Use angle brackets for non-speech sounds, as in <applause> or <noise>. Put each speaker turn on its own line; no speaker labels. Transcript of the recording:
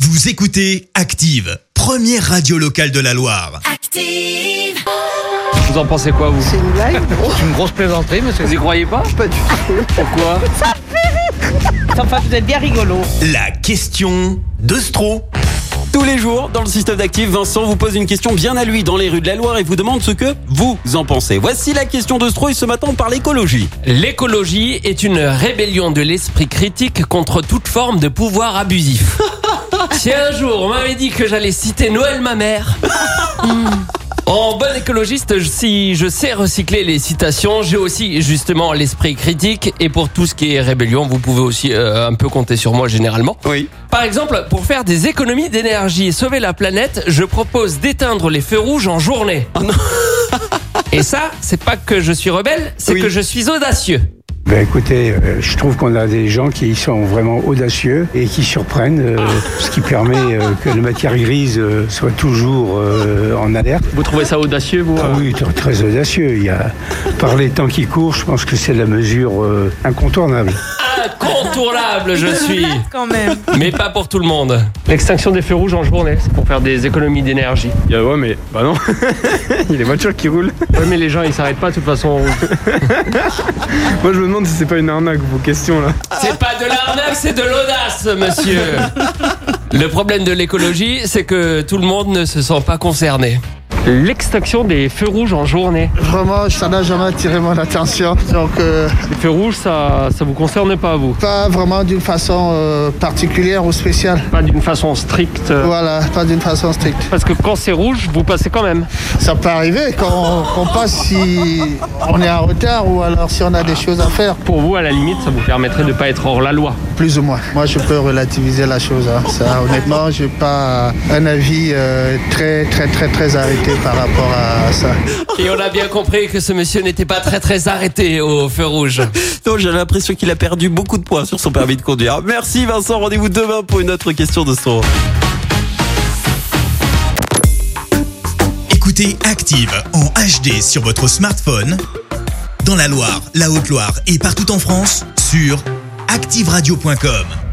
Vous écoutez Active, première radio locale de la Loire.
Active.
Vous en pensez quoi, vous
C'est une
<laughs>
blague
C'est une grosse plaisanterie, monsieur. Vous y croyez pas
Pas du tout. <laughs>
Pourquoi
Enfin, vous êtes bien rigolo.
La question de Stro.
Tous les jours, dans le système d'actifs, Vincent vous pose une question bien à lui dans les rues de la Loire et vous demande ce que vous en pensez. Voici la question de Stroy. Ce matin, on parle écologie.
L'écologie est une rébellion de l'esprit critique contre toute forme de pouvoir abusif. Si un jour on m'avait dit que j'allais citer Noël ma mère, hmm, en bon écologiste, je- si je sais recycler les citations, j'ai aussi justement l'esprit critique et pour tout ce qui est rébellion, vous pouvez aussi euh, un peu compter sur moi généralement.
Oui.
Par exemple, pour faire des économies d'énergie et sauver la planète, je propose d'éteindre les feux rouges en journée. et ça, c'est pas que je suis rebelle, c'est
Oui.
que je suis audacieux.
Ben écoutez, euh, je trouve qu'on a des gens qui sont vraiment audacieux et qui surprennent, euh, ce qui permet euh, que la matière grise euh, soit toujours euh, en alerte.
Vous trouvez ça audacieux, vous
Ah oui, tr- très audacieux. Il y a, par les temps qui courent, je pense que c'est la mesure euh, incontournable.
Incontournable, je suis.
Quand même.
Mais pas pour tout le monde.
L'extinction des feux rouges en journée, c'est pour faire des économies d'énergie.
ouais, mais bah non, il y a les voitures qui roulent.
Ouais, mais les gens, ils s'arrêtent pas de toute façon en rouge.
Moi, je me demande si c'est pas une arnaque vos questions là.
C'est pas de l'arnaque, c'est de l'audace, monsieur. Le problème de l'écologie, c'est que tout le monde ne se sent pas concerné.
L'extinction des feux rouges en journée.
Vraiment, ça n'a jamais attiré mon attention. Donc, euh,
Les feux rouges, ça, ça vous concerne pas, vous
pas vraiment d'une façon euh, particulière ou spéciale.
Pas d'une façon stricte. euh,
Voilà, pas d'une façon stricte.
Parce que quand c'est rouge, vous passez quand même.
Ça peut arriver qu'on qu'on passe si on est en retard ou alors si on a des choses à faire,
Pour vous, à la limite, ça vous permettrait de pas être hors la loi.
plus ou moins. Moi, je peux relativiser la chose. hein. Ça, honnêtement, je n'ai pas un avis euh, très, très, très, très arrêté par rapport à ça.
Et on a bien compris que ce monsieur n'était pas très très arrêté au feu rouge.
Donc, j'ai l'impression qu'il a perdu beaucoup de points sur son permis de conduire. Merci, Vincent. Rendez-vous demain pour une autre question de Stro.
Écoutez Active en HD sur votre smartphone, dans la Loire, la Haute-Loire et partout en France, sur activeradio.com.